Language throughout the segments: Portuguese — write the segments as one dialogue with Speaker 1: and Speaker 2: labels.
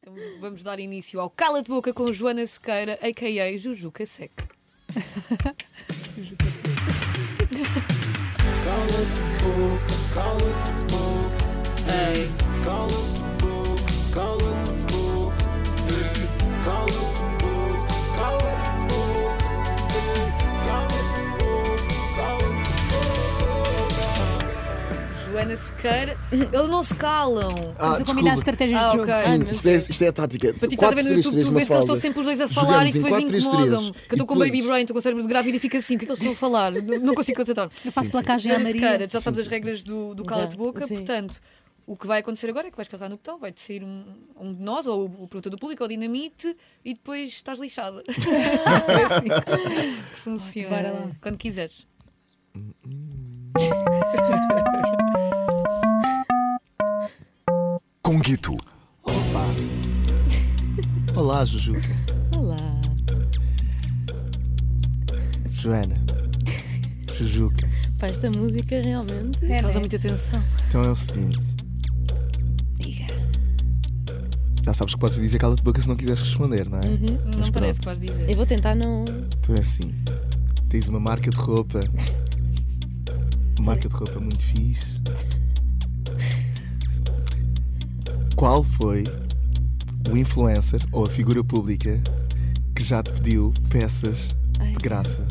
Speaker 1: Então vamos dar início ao Cala de Boca com Joana Sequeira, a.k.a. Jujuca Sec. Jujuca Sec.
Speaker 2: Cala-te boca, cala-te boca, ei. Cala-te boca, cala-te boca, ei. Cala-te boca, cala-te boca, ei. Cala-te boca, cala-te boca.
Speaker 1: Joana Sequeira. Eles não se calam.
Speaker 3: Ah,
Speaker 4: Estamos a
Speaker 3: desculpa.
Speaker 4: combinar estratégias
Speaker 1: Ah,
Speaker 4: de jogo.
Speaker 1: ok.
Speaker 4: Sim.
Speaker 3: Sim, isto é, isto é a tática.
Speaker 1: Para ti, Tipo, estás a ver no
Speaker 3: 4-3-3,
Speaker 1: YouTube, tu vês que eles
Speaker 3: Mafalda.
Speaker 1: estão sempre os dois a falar e
Speaker 3: Jogamos em
Speaker 1: depois
Speaker 3: 4-3-3,
Speaker 1: incomodam. Que eu estou com o Baby
Speaker 3: depois-
Speaker 1: Brain, estou com o cérebro de grávida e fica assim. O que é que eles estão a falar? Não não consigo concentrar-me.
Speaker 4: Eu faço placagem à
Speaker 1: Joana Sequeira,
Speaker 4: é Maria.
Speaker 1: tu já sabes as regras do, do Cala de Boca,
Speaker 5: sim.
Speaker 1: portanto. O que vai acontecer agora é que vais carregar no botão, vai-te sair um, um de nós, ou o produtor do público, ou o dinamite, e depois estás lixada. é assim que funciona.
Speaker 4: Ok, bora lá.
Speaker 1: Quando quiseres.
Speaker 3: Conguito. Opa! Olá, Jujuca.
Speaker 5: Olá.
Speaker 3: Joana. Jujuca.
Speaker 5: Pá, esta música realmente.
Speaker 4: É,
Speaker 1: Causa
Speaker 4: não é?
Speaker 1: muita tensão.
Speaker 3: Então é o seguinte. Já sabes que podes dizer cala-te boca se não quiseres responder, não é?
Speaker 1: Uhum. Não
Speaker 3: Mas
Speaker 1: parece que
Speaker 3: pronto,
Speaker 1: vais dizer.
Speaker 5: Eu vou tentar não.
Speaker 3: tu é assim. Tens uma marca de roupa. Uma marca de roupa muito fixe. Qual foi o influencer ou a figura pública que já te pediu peças de graça?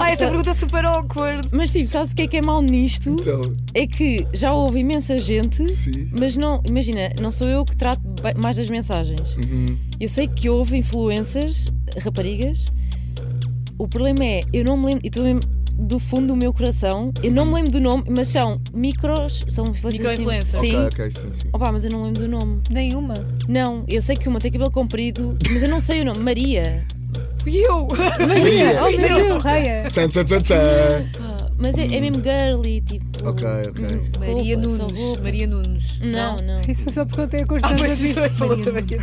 Speaker 1: Ah, esta pergunta é super awkward.
Speaker 5: Mas tipo, sabes o que é que é mau nisto?
Speaker 3: Então,
Speaker 5: É que já houve imensa gente,
Speaker 3: Sim.
Speaker 5: mas não. Imagina, não sou eu que trato ba- mais das mensagens. Eu sei que houve influencers, raparigas. O problema é, eu não me lembro. E tu mesmo do fundo do meu coração, eu não me lembro do nome, mas são micros. São influencers.
Speaker 1: Micro-influencers.
Speaker 5: assim, Sim.
Speaker 3: ok, ok, sim, sim.
Speaker 5: Opa, mas eu não lembro do nome.
Speaker 4: Nenhuma.
Speaker 5: Não, eu sei que uma tem cabelo comprido, mas eu não sei o nome. Maria.
Speaker 1: Fui eu!
Speaker 5: Oh, meu Deus.
Speaker 4: Maria Correia.
Speaker 3: Tchan, tchan, tchan, tchan.
Speaker 5: Pá, Mas é, é mesmo girly, tipo.
Speaker 3: Ok, ok.
Speaker 5: hum, roupa,
Speaker 1: Maria
Speaker 5: só
Speaker 1: Nunes.
Speaker 5: roupa.
Speaker 1: Maria Nunes.
Speaker 5: Não, não.
Speaker 4: Isso foi só porque eu tenho a
Speaker 1: Ah,
Speaker 4: constância
Speaker 1: pois
Speaker 4: disso.
Speaker 1: falou
Speaker 4: Maria.
Speaker 1: também.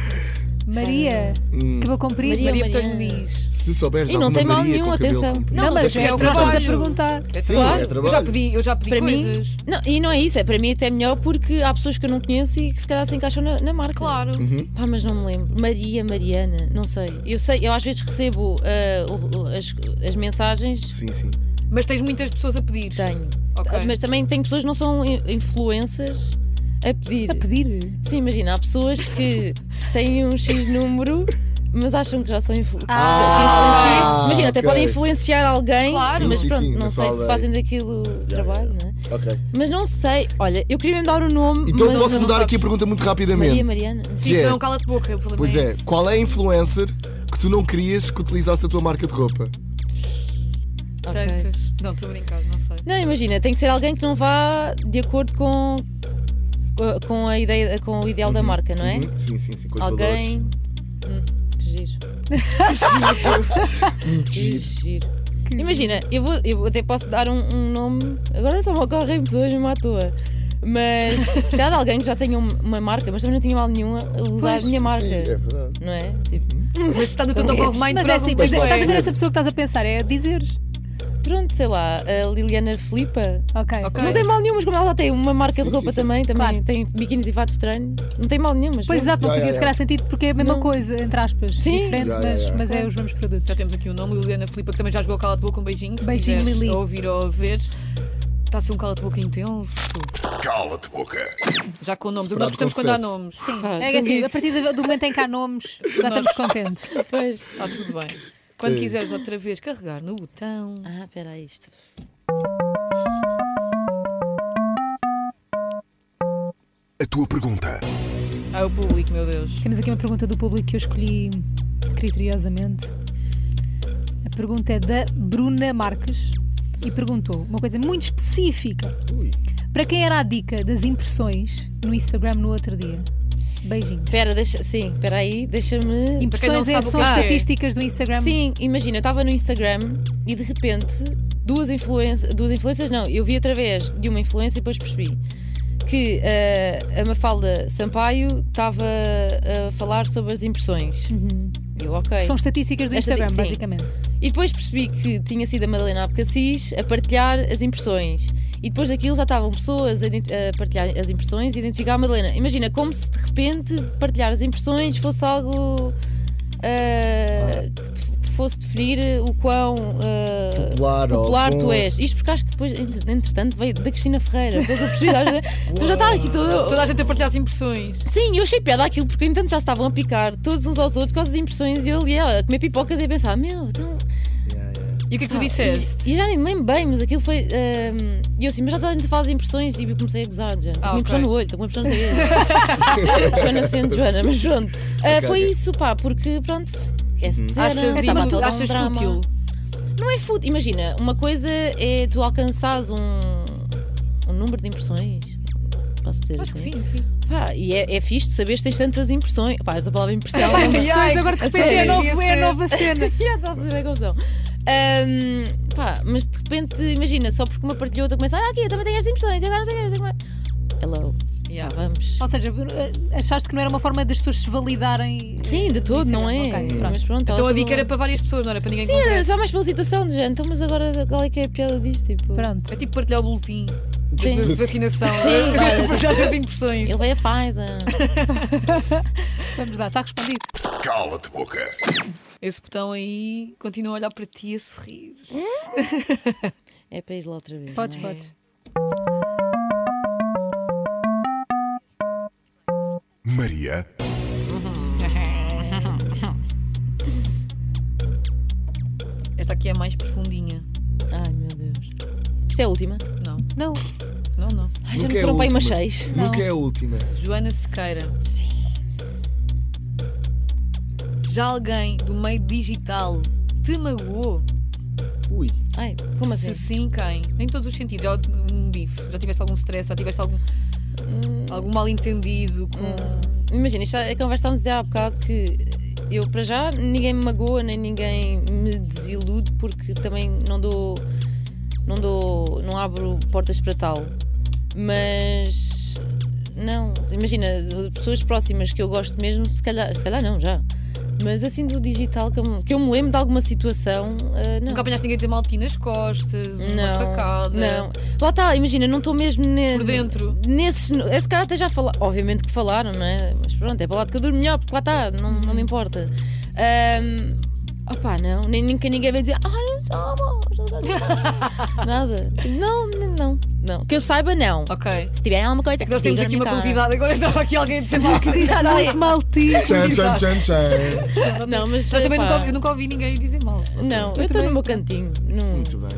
Speaker 4: Maria,
Speaker 3: Hum.
Speaker 4: que vou cumprir.
Speaker 5: Maria-
Speaker 1: Maria Betão Muniz.
Speaker 3: Se souberes
Speaker 5: Uhum. E não
Speaker 3: alguma
Speaker 5: tem mal
Speaker 3: Maria
Speaker 5: nenhum,
Speaker 3: com cabelo
Speaker 5: atenção.
Speaker 3: comprido-
Speaker 4: Não,
Speaker 1: Não,
Speaker 4: mas
Speaker 1: deixa-me
Speaker 4: é o que
Speaker 1: é
Speaker 4: nós estamos a
Speaker 1: trabalho.
Speaker 4: perguntar.
Speaker 3: Sim,
Speaker 5: Claro.
Speaker 3: é
Speaker 1: Eu já
Speaker 3: trabalho.
Speaker 1: pedi, eu já pedi
Speaker 5: Para
Speaker 1: coisas.
Speaker 5: mim. Não, e não é isso, é para mim até melhor porque há pessoas que eu não conheço e que se calhar se encaixam na, na marca.
Speaker 1: Claro.
Speaker 3: Uhum.
Speaker 5: Pá, mas não me lembro. Maria, Mariana, não sei. Eu sei, eu às vezes recebo ah, o- o- as, as mensagens.
Speaker 3: Sim, sim.
Speaker 1: Mas tens muitas pessoas a pedir.
Speaker 5: Tenho.
Speaker 1: Ok.
Speaker 5: Ah, Mas também tenho pessoas que não são in- influencers a pedir.
Speaker 4: A pedir.
Speaker 5: Sim, imagina, há pessoas que têm um X número, mas acham que já são influ
Speaker 3: Ah,
Speaker 5: influenciam- Imagina, até
Speaker 3: ok.
Speaker 5: podem influenciar alguém,
Speaker 1: Claro.
Speaker 5: mas
Speaker 3: Sim, sim,
Speaker 5: pronto,
Speaker 3: sim, é-
Speaker 5: não
Speaker 3: mas
Speaker 5: sei
Speaker 3: fala
Speaker 5: se
Speaker 3: aí.
Speaker 5: fazem daquilo trabalho, não é?
Speaker 3: Ok.
Speaker 5: Mas não sei, olha, eu queria mesmo dar o nome.
Speaker 3: Então
Speaker 5: mas
Speaker 3: posso
Speaker 5: não
Speaker 3: mudar
Speaker 5: sabes.
Speaker 3: aqui a pergunta muito rapidamente.
Speaker 5: Maria Mariana.
Speaker 1: Sim,
Speaker 3: Que
Speaker 1: isto
Speaker 3: é?
Speaker 1: não é um cala-de-boca. o problema
Speaker 3: Pois é,
Speaker 1: esse.
Speaker 3: qual é a influencer que tu não querias que utilizasse a tua marca de roupa?
Speaker 5: Ok.
Speaker 1: Tantas. Não, estou a brincar, não sei.
Speaker 5: Não, imagina, tem que ser alguém que não vá de acordo com, com, a ideia, com o ideal da marca, não é?
Speaker 3: Hum, Sim, sim, sim, com os
Speaker 5: Alguém. Hum, que giro. que giro. Imagina, eu, vou, eu até posso dar um, um nome. Agora só me ocorrem pessoas mesmo à toa. Mas se calhar de alguém que já tenha um- uma marca, mas também não tinha mal nenhuma a usar a minha marca.
Speaker 3: valores. Sim, é verdade.
Speaker 5: Não é? Tipo,
Speaker 1: Mas se está no teu top of mind,
Speaker 4: Mas
Speaker 1: por
Speaker 4: é
Speaker 1: algum
Speaker 4: assim, mas é-
Speaker 1: motivo
Speaker 4: estás a ver
Speaker 1: é.
Speaker 4: essa pessoa que estás a pensar, é dizer.
Speaker 5: pronto, sei lá, a Liliana Filipa.
Speaker 4: Ok.
Speaker 1: Ok.
Speaker 5: Não tem mal nenhum, mas como ela já tem uma marca
Speaker 3: Sim,
Speaker 5: de roupa
Speaker 3: sim, sim.
Speaker 5: também, também
Speaker 4: Claro.
Speaker 5: tem biquínis e fato estranho, não tem mal nenhum, mas.
Speaker 4: Pois
Speaker 5: pronto.
Speaker 4: exato, não
Speaker 3: Já,
Speaker 4: fazia
Speaker 3: já,
Speaker 4: se
Speaker 3: já.
Speaker 4: calhar sentido porque é a mesma
Speaker 5: Não.
Speaker 4: coisa, entre aspas.
Speaker 5: Sim.
Speaker 4: Diferente,
Speaker 3: Já, já,
Speaker 4: mas,
Speaker 3: já.
Speaker 4: mas é os mesmos produtos.
Speaker 1: Já temos aqui o nome, Liliana Filipa, que também já jogou cala-de-boca. Um beijinho. se
Speaker 4: Beijinho,
Speaker 1: estiveres
Speaker 4: Lili.
Speaker 1: A ouvir ou a ver. Está a ser um cala-de-boca intenso. Cala-te-boca. Já com nomes. Nós
Speaker 3: Esperado
Speaker 1: gostamos quando há
Speaker 3: consenso.
Speaker 1: nomes. Sim.
Speaker 5: Pá,
Speaker 4: É que assim, a partir do do momento em que há nomes, já estamos contentes.
Speaker 5: Pois.
Speaker 1: Está tudo bem.
Speaker 3: É.
Speaker 1: Quando quiseres outra vez carregar no botão.
Speaker 4: é.
Speaker 5: Ah, espera aí, isto.
Speaker 6: A tua pergunta.
Speaker 1: Ah, é o público, meu Deus.
Speaker 4: Temos aqui uma pergunta do público que eu escolhi criteriosamente. A pergunta é da Bruna Marques e perguntou uma coisa muito específica. Para quem era a dica das impressões no Instagram no outro dia? Beijinho.
Speaker 5: Espera, deixa. Sim, espera aí, deixa-me.
Speaker 1: quem não
Speaker 4: Impressões
Speaker 1: sabe o
Speaker 4: é,
Speaker 1: que
Speaker 4: são
Speaker 1: é.
Speaker 4: as estatísticas do Instagram.
Speaker 5: Sim, imagina, eu estava no Instagram e de repente duas influências, duas influências não, eu vi através de uma influência e depois percebi que ah, a Mafalda Sampaio estava a falar sobre as impressões. Eu, ok.
Speaker 4: São estatísticas do
Speaker 5: Esta
Speaker 4: Instagram,
Speaker 5: dica, É sim.
Speaker 4: basicamente.
Speaker 5: E depois percebi que tinha sido a Madalena Abcacis a partilhar as impressões. E depois daquilo já estavam pessoas a, ident- a partilhar as impressões e identificar a Madalena. Imagina, como se de repente partilhar as impressões fosse algo ah, que, te- que fosse definir o quão ah,
Speaker 7: Popular ou
Speaker 5: popular tu
Speaker 7: com-
Speaker 5: és. Isto porque acho que depois, entre- entretanto, veio da Cristina Ferreira. Pelo que eu percebi, às vezes- tu já está aqui todo.
Speaker 1: Toda a gente a partilhar as impressões.
Speaker 5: Sim, eu achei piada aquilo porque entanto já estavam a picar todos uns aos outros com as impressões e eu ali ah, a comer pipocas e a pensar, meu, então.
Speaker 7: Yeah, yeah.
Speaker 1: E o
Speaker 5: Ah,
Speaker 1: que é que tu disseste?
Speaker 5: E eu já nem me lembro bem, mas aquilo foi. ahm, E eu assim, mas já toda a gente faz impressões e eu comecei a gozar, já. Estou
Speaker 1: Ah,
Speaker 5: com uma impressão
Speaker 1: ok.
Speaker 5: no olho, estou com uma impressão no olho. Joana sendo Joana, mas pronto. Ah,
Speaker 7: Ok,
Speaker 5: foi
Speaker 7: ok. Uhum.
Speaker 5: isso, pá, porque pronto. Esquece de dizer,
Speaker 1: Achas,
Speaker 5: é,
Speaker 1: e-
Speaker 5: tava
Speaker 1: mas tu
Speaker 5: todo um
Speaker 1: achas
Speaker 5: drama.
Speaker 1: fútil?
Speaker 5: Não é fútil. Imagina, uma coisa é tu alcançares um, um número de impressões. Posso dizer
Speaker 1: Acho que
Speaker 5: assim?
Speaker 1: sim, sim.
Speaker 5: Pá, e é, é fixe, tu sabes, tens tantas impressões. Pá, esta palavra impressão. é uma-
Speaker 4: Impressões, agora de
Speaker 5: a
Speaker 4: repente é,
Speaker 5: sério.
Speaker 4: novo, é
Speaker 1: Devia
Speaker 4: nova cena.
Speaker 5: Já está tá a fazer bem confusão. Ahm, pá, mas de repente, imagina, só porque uma partilhou, outra começa, ah, aqui, eu também tenho estas impressões, e agora não sei o que, não sei o que mais." Hello. Já
Speaker 1: Yeah.
Speaker 5: vamos.
Speaker 4: Ou seja, achaste que não era uma forma das pessoas se validarem? eh,
Speaker 5: Sim, de todo,
Speaker 4: isso,
Speaker 5: não é?
Speaker 4: ok, pronto.
Speaker 5: mas pronto,
Speaker 1: Então
Speaker 5: ela
Speaker 1: a dica
Speaker 5: toda-
Speaker 1: era para várias pessoas, não era para ninguém
Speaker 5: Sim, era
Speaker 1: concreto.
Speaker 5: só mais pela situação de gente, então, mas agora qual é que é a piada disto? Tipo,
Speaker 4: Pronto.
Speaker 1: É tipo partilhar o boletim
Speaker 5: Sim.
Speaker 1: de vacinação.
Speaker 5: Sim, vai,
Speaker 1: partilhar as impressões.
Speaker 5: Ele veio a Pfizer.
Speaker 4: Vamos lá, está respondido.
Speaker 6: Cala-te boca.
Speaker 1: Esse botão aí continua a olhar para ti a sorrir.
Speaker 5: É para ir lá outra vez.
Speaker 4: Podes,
Speaker 5: não é?
Speaker 4: podes.
Speaker 6: Maria,
Speaker 1: Esta aqui é mais profundinha.
Speaker 5: Ai meu Deus. Isto é a última?
Speaker 1: Não,
Speaker 4: Não,
Speaker 1: não, não.
Speaker 5: Ai, já
Speaker 3: Nunca
Speaker 5: não
Speaker 3: é a
Speaker 5: foram bem umas
Speaker 3: última.
Speaker 5: seis.
Speaker 3: Nunca é a última.
Speaker 1: Joana Sequeira.
Speaker 5: Sim.
Speaker 1: Já alguém do meio digital te magoou?
Speaker 3: Ui.
Speaker 5: Ai, como assim?
Speaker 1: Se sim, quem? Em todos os sentidos. Já um bife, já tiveste algum stress, já tiveste algum, algum mal-entendido com.
Speaker 5: Imagina, isto é- conversámos há bocado que eu, para já, ninguém me magoa nem ninguém me desilude porque também não dou. Não dou. Não abro portas para tal. Mas. Não, imagina, de pessoas próximas que eu gosto mesmo, se calhar, se calhar não, já. Mas assim do digital, que eu, me- que eu me lembro de alguma situação, ah, não.
Speaker 1: Nunca apanhaste ninguém a dizer mal de ti nas costas, uma facada.
Speaker 5: Não. Lá está, imagina, não estou mesmo ne-
Speaker 1: Por dentro.
Speaker 5: Nesses. Esse cara até já falaram. Obviamente que falaram, não é? Mas pronto, é para lá de que eu durmo melhor, porque lá está, não, não me importa. Ahm, opá, não. Nem, nunca ninguém vai dizer. Ah, não sou amor. não sou-" Nada. Não, não, não, não. Que eu saiba, não.
Speaker 1: Ok.
Speaker 5: Se tiver alguma coisa.
Speaker 1: Nós temos
Speaker 5: digam
Speaker 1: aqui
Speaker 5: na
Speaker 1: uma
Speaker 5: cara.
Speaker 1: convidada, agora estava aqui alguém a dizer mal que
Speaker 4: disse muito mal de ti.
Speaker 3: Tchan, tchan, tchan, tchan.
Speaker 5: Não, mas.
Speaker 1: Mas também
Speaker 5: epá,
Speaker 1: nunca, ouvi- eu nunca ouvi ninguém dizer mal.
Speaker 5: Não, eu estou no meu cantinho. Não.
Speaker 3: Muito bem.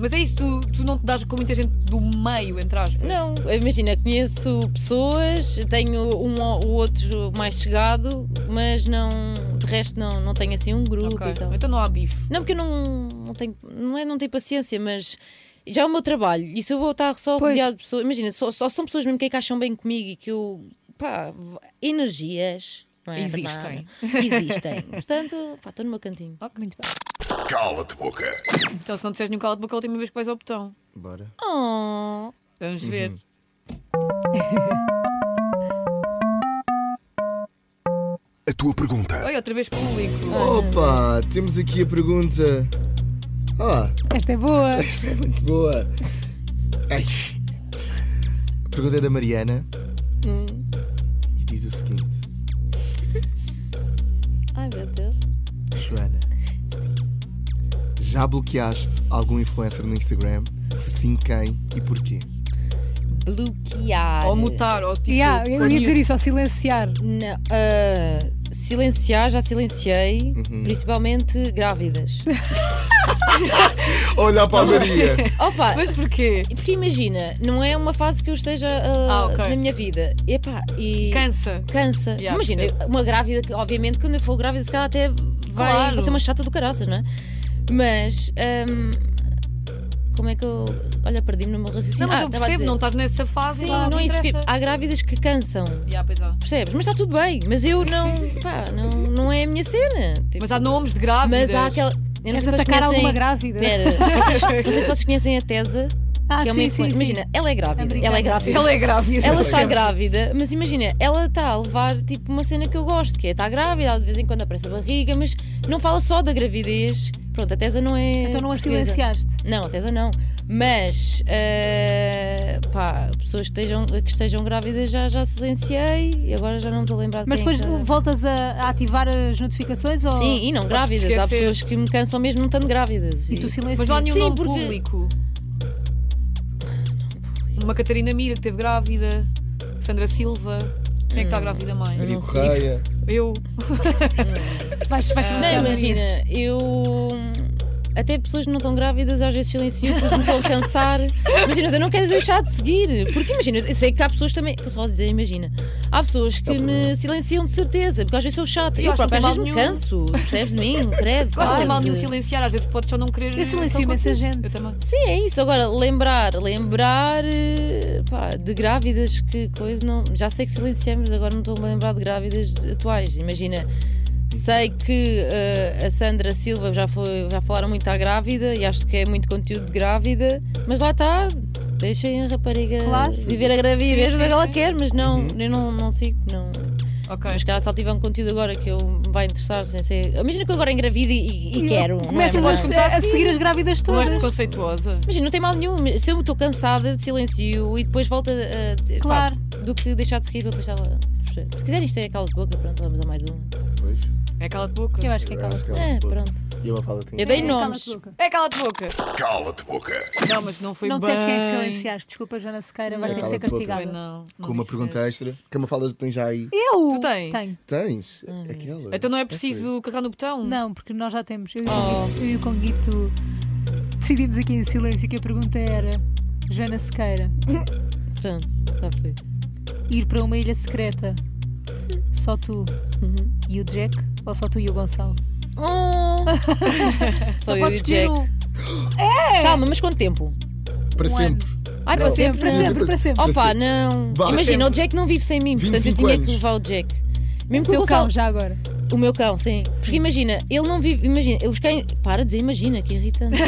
Speaker 1: Mas é isso, tu, tu não te das com muita gente do meio, entre aspas.
Speaker 5: Não, imagina, conheço pessoas, tenho um ou o outro mais chegado, mas não, de resto não, não tenho assim um grupo
Speaker 1: Ok.
Speaker 5: e tal.
Speaker 1: Então não há bife.
Speaker 5: Não, porque eu não, não tenho, não é não tenho paciência, mas já é o meu trabalho. E se eu vou estar só
Speaker 4: Pois.
Speaker 5: rodeado de pessoas, imagina, só, só são pessoas mesmo que encaixam bem comigo e que eu, pá, v- energias. não é,
Speaker 1: Existem.
Speaker 5: Bernardo? Existem. Portanto, pá, estou no meu cantinho.
Speaker 1: Muito bem.
Speaker 6: cala-te boca.
Speaker 1: Então se não disseres nenhum calo de boca a última vez que vais ao botão.
Speaker 3: Bora.
Speaker 5: Oh,
Speaker 1: Vamos ver.
Speaker 6: A tua pergunta.
Speaker 1: Oi, outra vez público.
Speaker 5: Ah,
Speaker 3: Uhum. Opa, temos aqui a pergunta. Ah,
Speaker 4: Esta é boa.
Speaker 3: Isso é muito boa. Ai. A pergunta é da Mariana.
Speaker 5: Hum.
Speaker 3: E diz o seguinte:
Speaker 5: ai meu Deus.
Speaker 3: Joana, já bloqueaste algum influencer no Instagram? Se sim, quem e porquê?
Speaker 5: Bloquear.
Speaker 1: Ou mutar, ou tipo.
Speaker 4: Yeah, ah, eu ia dizer isso, ao silenciar.
Speaker 5: Não, ah, silenciar, já silenciei,
Speaker 1: Uhum.
Speaker 5: principalmente grávidas.
Speaker 3: Olha para a Maria!
Speaker 5: Opa!
Speaker 1: Mas porquê?
Speaker 5: Porque imagina, não é uma fase que eu esteja ah,
Speaker 1: Ah, ok.
Speaker 5: na minha vida. Epá, e
Speaker 1: Cansa.
Speaker 5: Cansa.
Speaker 1: Yeah,
Speaker 5: imagina,
Speaker 1: percebo.
Speaker 5: uma grávida, que obviamente quando eu for grávida, se calhar até vai,
Speaker 1: Claro.
Speaker 5: vai ser uma chata do caraças, não é? Mas. ah, como é que eu. Olha, perdi-me no meu raciocínio.
Speaker 1: Não, mas
Speaker 5: Ah,
Speaker 1: eu
Speaker 5: estava a
Speaker 1: percebo,
Speaker 5: dizer.
Speaker 1: não estás nessa fase.
Speaker 5: Sim,
Speaker 1: lá,
Speaker 5: não
Speaker 1: te
Speaker 5: é isso.
Speaker 1: interessa.
Speaker 5: Há grávidas que cansam.
Speaker 1: Yeah, pois é. há.
Speaker 5: Percebes? Mas está tudo bem. Mas eu
Speaker 1: Sim,
Speaker 5: não.
Speaker 1: sim, sim.
Speaker 5: Pá, não, não é a minha cena. Tipo,
Speaker 1: Mas há nomes de grávidas.
Speaker 5: Mas há aquela. Eu
Speaker 4: Queres
Speaker 5: não sei se vocês
Speaker 4: atacar alguma
Speaker 5: conhecem-
Speaker 4: grávida?
Speaker 5: Pera, vocês- não sei se vocês conhecem a Tesa,
Speaker 4: Ah,
Speaker 5: que é uma
Speaker 4: sim,
Speaker 5: influ-
Speaker 4: sim, sim.
Speaker 5: Imagina, ela é grávida.
Speaker 4: Americana.
Speaker 5: Ela é grávida.
Speaker 1: Ela é grávida.
Speaker 5: Ela está grávida, mas imagina, ela está a levar tipo uma cena que eu gosto, que é está grávida, ela de vez em quando aparece a barriga, mas não fala só da gravidez, Pronto, a Tesa não é.
Speaker 4: Então não a
Speaker 5: portuguesa.
Speaker 4: silenciaste.
Speaker 5: Não, a Tesa não. Mas, eh, pá, pessoas que estejam, que estejam grávidas já, já silenciei e agora já não estou a lembrar de
Speaker 4: Mas
Speaker 5: quem
Speaker 4: depois
Speaker 5: é que era.
Speaker 4: voltas a a ativar as notificações ou.
Speaker 5: Sim, e não grávidas. Há
Speaker 1: esquecer.
Speaker 5: pessoas que me cansam mesmo não estando grávidas.
Speaker 4: E tu silencias.
Speaker 1: Mas não há nenhum
Speaker 5: Sim,
Speaker 1: nome
Speaker 5: porque- Ah,
Speaker 1: público. Uma Catarina Mira que esteve grávida. Sandra Silva. Quem é que está grávida mais?
Speaker 5: Hum.
Speaker 3: Maria
Speaker 5: Não sei.
Speaker 3: Correia.
Speaker 1: Eu.
Speaker 4: Vais, vais
Speaker 5: Não,
Speaker 4: silenciar.
Speaker 5: imagina, eu. Até pessoas que não estão grávidas, às vezes silencio porque me estão a cansar. Imagina, mas eu não quero deixar de seguir. Porque imagina, eu sei que há pessoas também. Estou só a dizer, imagina. Há pessoas que me silenciam de certeza, porque às vezes sou chata.
Speaker 1: Eu
Speaker 5: Eu,
Speaker 1: acho que não
Speaker 5: própria às vezes
Speaker 1: tem
Speaker 5: me
Speaker 1: mal nenhum.
Speaker 5: canso. Percebes de mim? Um Credo.
Speaker 1: Gosto de
Speaker 5: para
Speaker 1: mal nenhum
Speaker 5: de-
Speaker 1: silenciar, às vezes podes só não querer.
Speaker 4: Eu silencio
Speaker 1: que ele
Speaker 4: imensa
Speaker 1: continue.
Speaker 4: gente.
Speaker 1: Eu também.
Speaker 5: Sim, é isso. Agora, lembrar, lembrar eh, pá, de grávidas, que coisa não. Já sei que silenciamos, agora não estou a me lembrar de grávidas atuais. Imagina, sei que eh, a Sandra Silva já, foi, já falaram muito à grávida e acho que é muito conteúdo de grávida, mas lá está. Deixem a rapariga
Speaker 4: Claro.
Speaker 5: viver a gravidez
Speaker 1: Sim,
Speaker 5: do que
Speaker 1: sim,
Speaker 5: ela
Speaker 1: sim.
Speaker 5: quer, mas não, eu não, não sigo, não.
Speaker 1: Ok.
Speaker 5: Mas calhar, se ela tiver um conteúdo agora que eu me vai interessar, sem ser. Imagina que eu agora engravido e, e quero. não é?
Speaker 4: Começas
Speaker 5: Mas-
Speaker 4: a, a seguir as grávidas
Speaker 1: Não és
Speaker 4: todas.
Speaker 1: preconceituosa.
Speaker 5: Imagina, não tem mal nenhum. Se eu estou cansada, silencio e depois volto a. a- pá,
Speaker 4: Claro.
Speaker 5: do que deixar de seguir para depois estar lá. Se quiserem, isto é calo de boca, pronto, vamos a mais uma.
Speaker 3: Pois.
Speaker 1: É cala de boca.
Speaker 4: Eu acho que é aquela.
Speaker 5: É, pronto.
Speaker 3: E a Mafalda tinha.
Speaker 5: Eu dei
Speaker 4: É,
Speaker 5: nomes.
Speaker 4: cala-te boca.
Speaker 1: É cala de boca.
Speaker 6: Cala-te boca.
Speaker 1: Não, mas não foi
Speaker 4: Não
Speaker 1: bem.
Speaker 4: disseste quem é que silenciaste. Desculpa, Joana Sequeira, vais ter que ser
Speaker 3: Cala-te
Speaker 1: Foi,
Speaker 3: boca.
Speaker 4: castigada.
Speaker 1: não. não
Speaker 3: Com uma
Speaker 1: disseste.
Speaker 3: pergunta extra que a Mafalda tem já aí.
Speaker 4: Eu?
Speaker 1: Tu tens?
Speaker 4: Tenho.
Speaker 3: Tens? Aquela.
Speaker 1: Então não é preciso carregar no botão?
Speaker 4: Não, porque nós já temos. Eu, e o
Speaker 5: Oh.
Speaker 4: Conguito- eu e o Conguito decidimos aqui em silêncio que a pergunta era: Joana Sequeira,
Speaker 5: Pronto, já foi.
Speaker 4: ir para uma ilha secreta, só tu
Speaker 5: Uhum.
Speaker 4: e o Jack ou só tu e o Gonçalo?
Speaker 5: Oh. Só eu e o Jack.
Speaker 4: um.
Speaker 5: Calma, mas quanto tempo?
Speaker 3: É Para
Speaker 4: um
Speaker 3: sempre.
Speaker 5: Ai, para
Speaker 3: Não.
Speaker 5: sempre.
Speaker 4: Para
Speaker 5: não.
Speaker 4: sempre, para sempre.
Speaker 3: Para
Speaker 5: Opa,
Speaker 3: sempre.
Speaker 5: não.
Speaker 3: Vá,
Speaker 5: Imagina,
Speaker 3: sempre.
Speaker 5: o Jack não vive sem mim, portanto eu
Speaker 3: 25
Speaker 5: tinha
Speaker 3: anos.
Speaker 5: que levar o Jack. Mesmo
Speaker 4: O
Speaker 5: que
Speaker 4: teu
Speaker 5: o Gonçalo.
Speaker 4: cão, já agora.
Speaker 5: O meu cão, sim. Porque imagina, ele não vive. Imagina, os cães. Para de dizer, imagina, que irritante.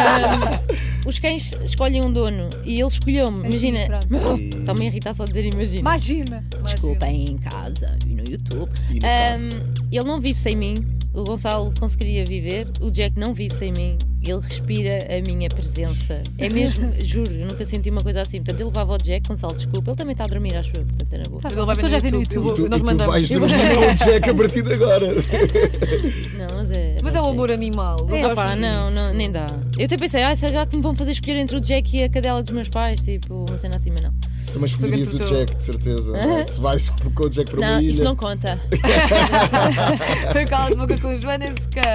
Speaker 5: Ahm, os cães escolhem um dono e ele
Speaker 1: É,
Speaker 5: escolheu-me. Imagina.
Speaker 4: pronto.
Speaker 5: Está-me a irritar só dizer imagina.
Speaker 4: Imagina.
Speaker 5: Desculpem, em casa e no YouTube.
Speaker 3: E no carro.
Speaker 5: Ahm, ele não vive sem mim. O Gonçalo conseguiria viver. O Jack não vive sem mim. Ele respira a minha presença. É mesmo, juro, eu nunca senti uma coisa assim. Portanto, ele levava o Jack, Gonçalo, desculpa. Ele também está a dormir, acho eu. Portanto, era boa.
Speaker 4: Faz
Speaker 1: Mas ele vai
Speaker 4: Depois já
Speaker 1: ver no
Speaker 4: Eu
Speaker 1: YouTube.
Speaker 4: vou-
Speaker 3: E tu,
Speaker 1: Nós
Speaker 3: e tu
Speaker 1: mandamos.
Speaker 3: vais
Speaker 1: Eu-
Speaker 3: nos mandar o Jack é um a partir de agora.
Speaker 5: Não, mas é.
Speaker 1: Mas é o
Speaker 5: Jack.
Speaker 1: amor animal.
Speaker 4: É,
Speaker 1: Eu gosto
Speaker 5: Opa,
Speaker 1: disso.
Speaker 5: não, não, nem dá. Eu até pensei, ah, será que me vão fazer escolher entre o Jack e a cadela dos meus pais? Tipo, uma cena assim, mas não.
Speaker 3: Também escolherias o
Speaker 1: Foi
Speaker 3: Jack, de certeza. não é? Se vais com o Jack para uma
Speaker 5: não, isso
Speaker 3: ilha.
Speaker 5: não conta.
Speaker 1: Foi o cala de boca com a Joana Sequeira.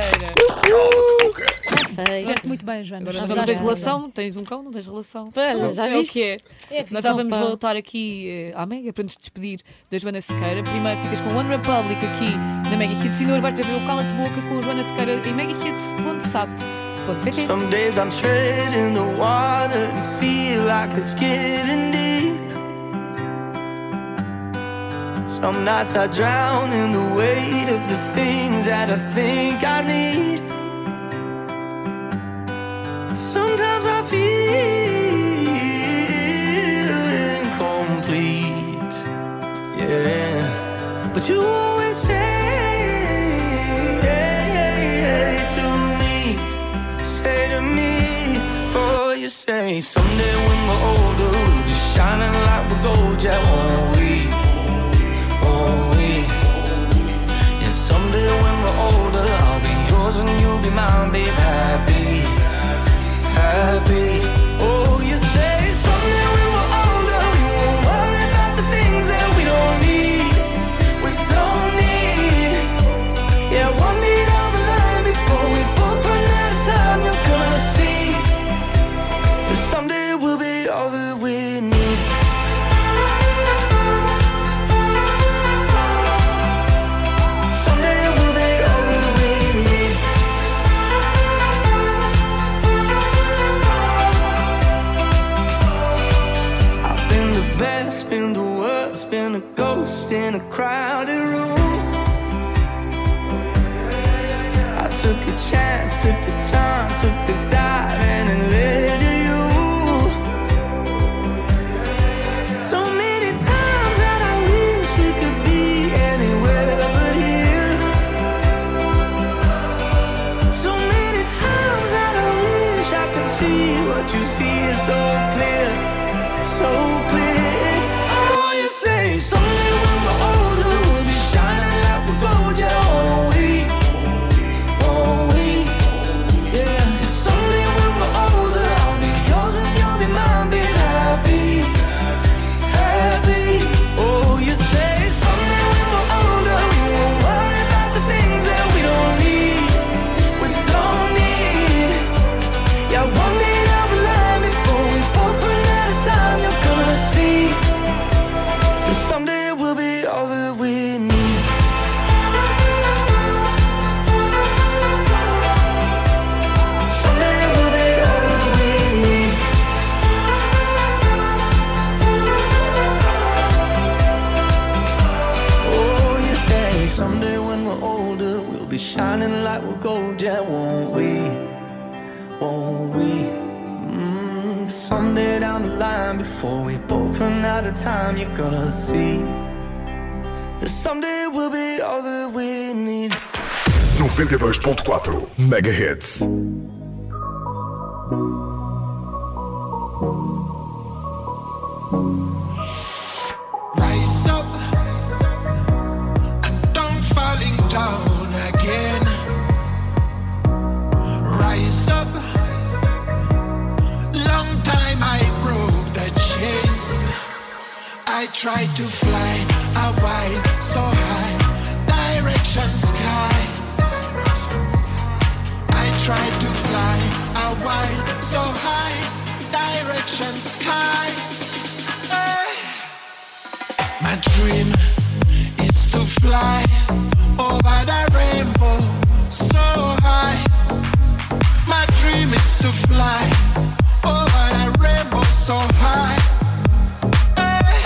Speaker 5: Feio.
Speaker 4: Estiveste muito bem, Joana.
Speaker 1: Agora
Speaker 5: Mas
Speaker 1: já
Speaker 5: já
Speaker 1: não tens
Speaker 5: está.
Speaker 1: relação, tens um cão, não tens relação.
Speaker 5: Pera,
Speaker 1: Pronto,
Speaker 5: já
Speaker 1: é o
Speaker 5: viste?
Speaker 1: que é. Nós já
Speaker 5: Então,
Speaker 1: vamos
Speaker 5: pá.
Speaker 1: voltar aqui eh, à Mega para nos despedir da Joana Sequeira. Primeiro ficas com One Republic aqui na Mega Hits e hoje vais poder ver o Cala de Boca com a Joana Sequeira em megahits.sap.pt.
Speaker 2: Some days I'm treading the water and feel like it's getting deep. Some nights I drown in the weight of the things that I think I need. Sometimes I feel incomplete. Yeah. But you always say to me, say to me, oh, you say someday when we're older, we'll be shining like we're gold, yeah, won't we? Won't we? And someday when we're older, I'll be yours and you'll be mine, babe, happy, happy. Oh, you say someday when we're older, we won't worry about the things that we don't need, we don't need. Yeah, one need on the line before we both run out of time. You're gonna see that someday we'll be all that we need. Someday we'll be all that we need. I've been the best, been the worst, been a ghost in a crowded room. I took a chance, took a time, took a dive, and it led to you. So many times that I wish we could be anywhere but here. So many you see it so clear, so clear. Oh, you say someday when we're older, we'll be shining like we're gold, yeah. Oh, we, oh, we, yeah. And someday when we're older, I'll be yours and you'll be mine, be happy happy. Oh, you say someday when we're older, we won't worry about the things that we don't need. We don't need. Yeah, one day down the line, before we both run out of time, you're gonna see that someday we'll be all that we need. Someday we'll be all that we need. Oh, you say someday when we're older, we'll be shining like we're gold, yeah, won't we? Won't we? Mm, someday down the line, before we both run out of time, you're gonna see that someday we'll be all that we need.
Speaker 6: 92.4 MHz.
Speaker 7: Rise up and don't falling down again. Rise up. Long time I broke the chains. I tried to fly a while so high, direction sky. I tried to fly a while so high, direction sky. Hey. My dream is to fly over the rainbow so high. My dream is to fly over the rainbow so high. Hey.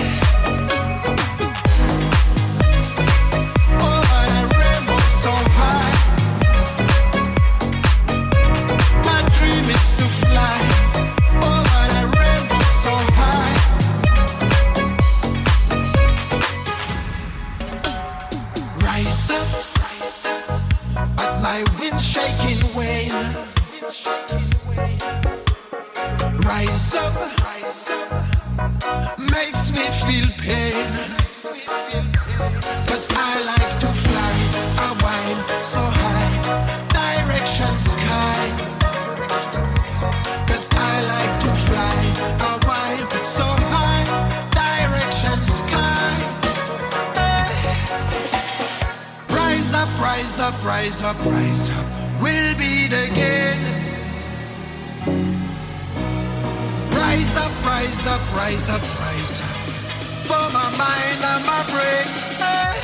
Speaker 7: Over the rainbow so high. My dream is to fly over the rainbow so high. rise up, but my wind's shaking wane. Rise up, makes me feel pain. Cause I like to fly a while so high, direction sky. Cause I like to fly a while so high, direction sky. Hey. Rise up, rise up, rise up, rise up. We'll be the again. Rise up, rise up, rise up, rise up. For my mind and my brain. Hey.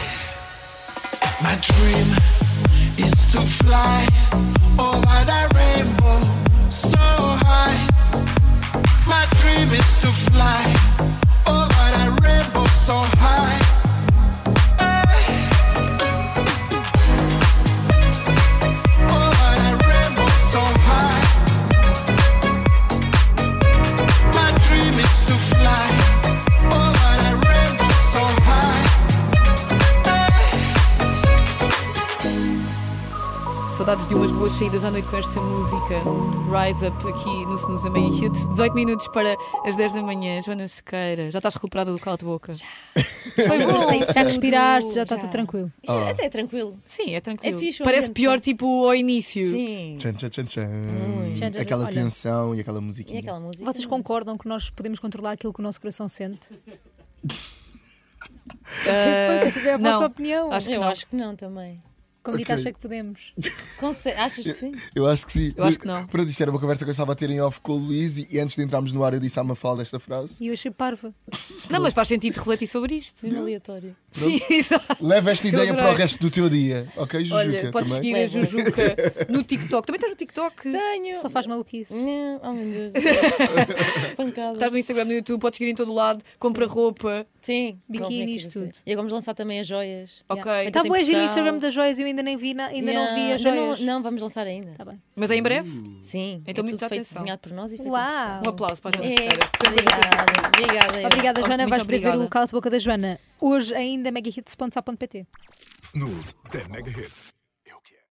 Speaker 7: My dream is to fly over the rainbow so high. My dream is to fly over the rainbow so high. Eh. Hey. Over the rainbow so high, my dream is to fly. Over the rainbow so high,
Speaker 1: Saudades de umas boas saídas à noite com esta música. Rise Up aqui no Snooze da Meia Hits. 18 minutos para as 10 da manhã. Joana Sequeira, já estás recuperada do calo de boca? Já. Foi bom.
Speaker 4: Já respiraste, já está
Speaker 5: Já.
Speaker 4: tudo tranquilo.
Speaker 5: Isto é até tranquilo.
Speaker 1: Sim, é tranquilo.
Speaker 5: É fixe o
Speaker 1: Parece
Speaker 5: ambiente,
Speaker 1: pior
Speaker 5: sabe?
Speaker 1: tipo ao início.
Speaker 5: Sim.
Speaker 3: Tchan, tchan, tchan, tchan.
Speaker 4: Tchan, tchan,
Speaker 3: Aquela
Speaker 4: olha.
Speaker 3: tensão e aquela musiquinha.
Speaker 5: E aquela música?
Speaker 4: Vocês concordam que nós podemos controlar aquilo que o nosso coração sente?
Speaker 1: Ah,
Speaker 4: Foi, quer saber a
Speaker 1: não.
Speaker 4: vossa opinião?
Speaker 1: Acho que
Speaker 5: Eu
Speaker 1: não.
Speaker 5: acho que não também.
Speaker 4: Convite
Speaker 3: Ok.
Speaker 4: acha que podemos.
Speaker 5: Conce- Achas que sim?
Speaker 3: Eu acho que sim.
Speaker 1: Eu acho que não.
Speaker 3: Pronto, isto era uma conversa que eu estava a ter em off com o Luís e antes de entrarmos no ar eu disse à Mafalda esta frase.
Speaker 4: E eu achei parva.
Speaker 1: Não, mas faz sentido refletir sobre isto.
Speaker 5: Mesmo aleatório.
Speaker 1: Sim, exato.
Speaker 3: Leva esta
Speaker 1: Eu
Speaker 3: ideia para o
Speaker 1: adorei.
Speaker 3: resto do teu dia, ok, Jujuca?
Speaker 1: Olha, podes
Speaker 3: também?
Speaker 1: seguir a Jujuca no TikTok. Também estás no TikTok?
Speaker 5: Tenho.
Speaker 4: Só faz maluquices.
Speaker 5: Não, oh meu Deus. Pancada.
Speaker 1: Estás no Instagram, no YouTube, podes seguir em todo lado, compra roupa.
Speaker 5: Sim.
Speaker 4: Biquinis,
Speaker 5: Como é que
Speaker 4: tudo.
Speaker 5: E agora vamos lançar também as joias.
Speaker 1: Ok.
Speaker 5: Feitas
Speaker 4: Está
Speaker 5: em
Speaker 4: boa giro o
Speaker 5: Portugal.
Speaker 4: Instagram das joias eu ainda nem vi, na- ainda não vi as
Speaker 5: Yeah. Ainda
Speaker 4: joias.
Speaker 5: Não, não, vamos lançar ainda.
Speaker 4: Tá bem.
Speaker 1: Mas é em breve.
Speaker 3: Uh.
Speaker 5: Sim.
Speaker 1: Então,
Speaker 5: é tudo
Speaker 1: muita
Speaker 5: feito,
Speaker 1: atenção.
Speaker 5: desenhado por nós e feito em Portugal.
Speaker 4: Uau!
Speaker 1: Um aplauso para a Joana
Speaker 5: É,
Speaker 1: Sequeira.
Speaker 5: Obrigada. Obrigada. eu.
Speaker 4: Obrigada, Joana.
Speaker 1: Muito
Speaker 4: Vais poder ver o
Speaker 1: obrigada.
Speaker 4: é calo de boca da Joana. Hoje ainda megahits.sa.pt.
Speaker 6: Snooze 10 MHz. é.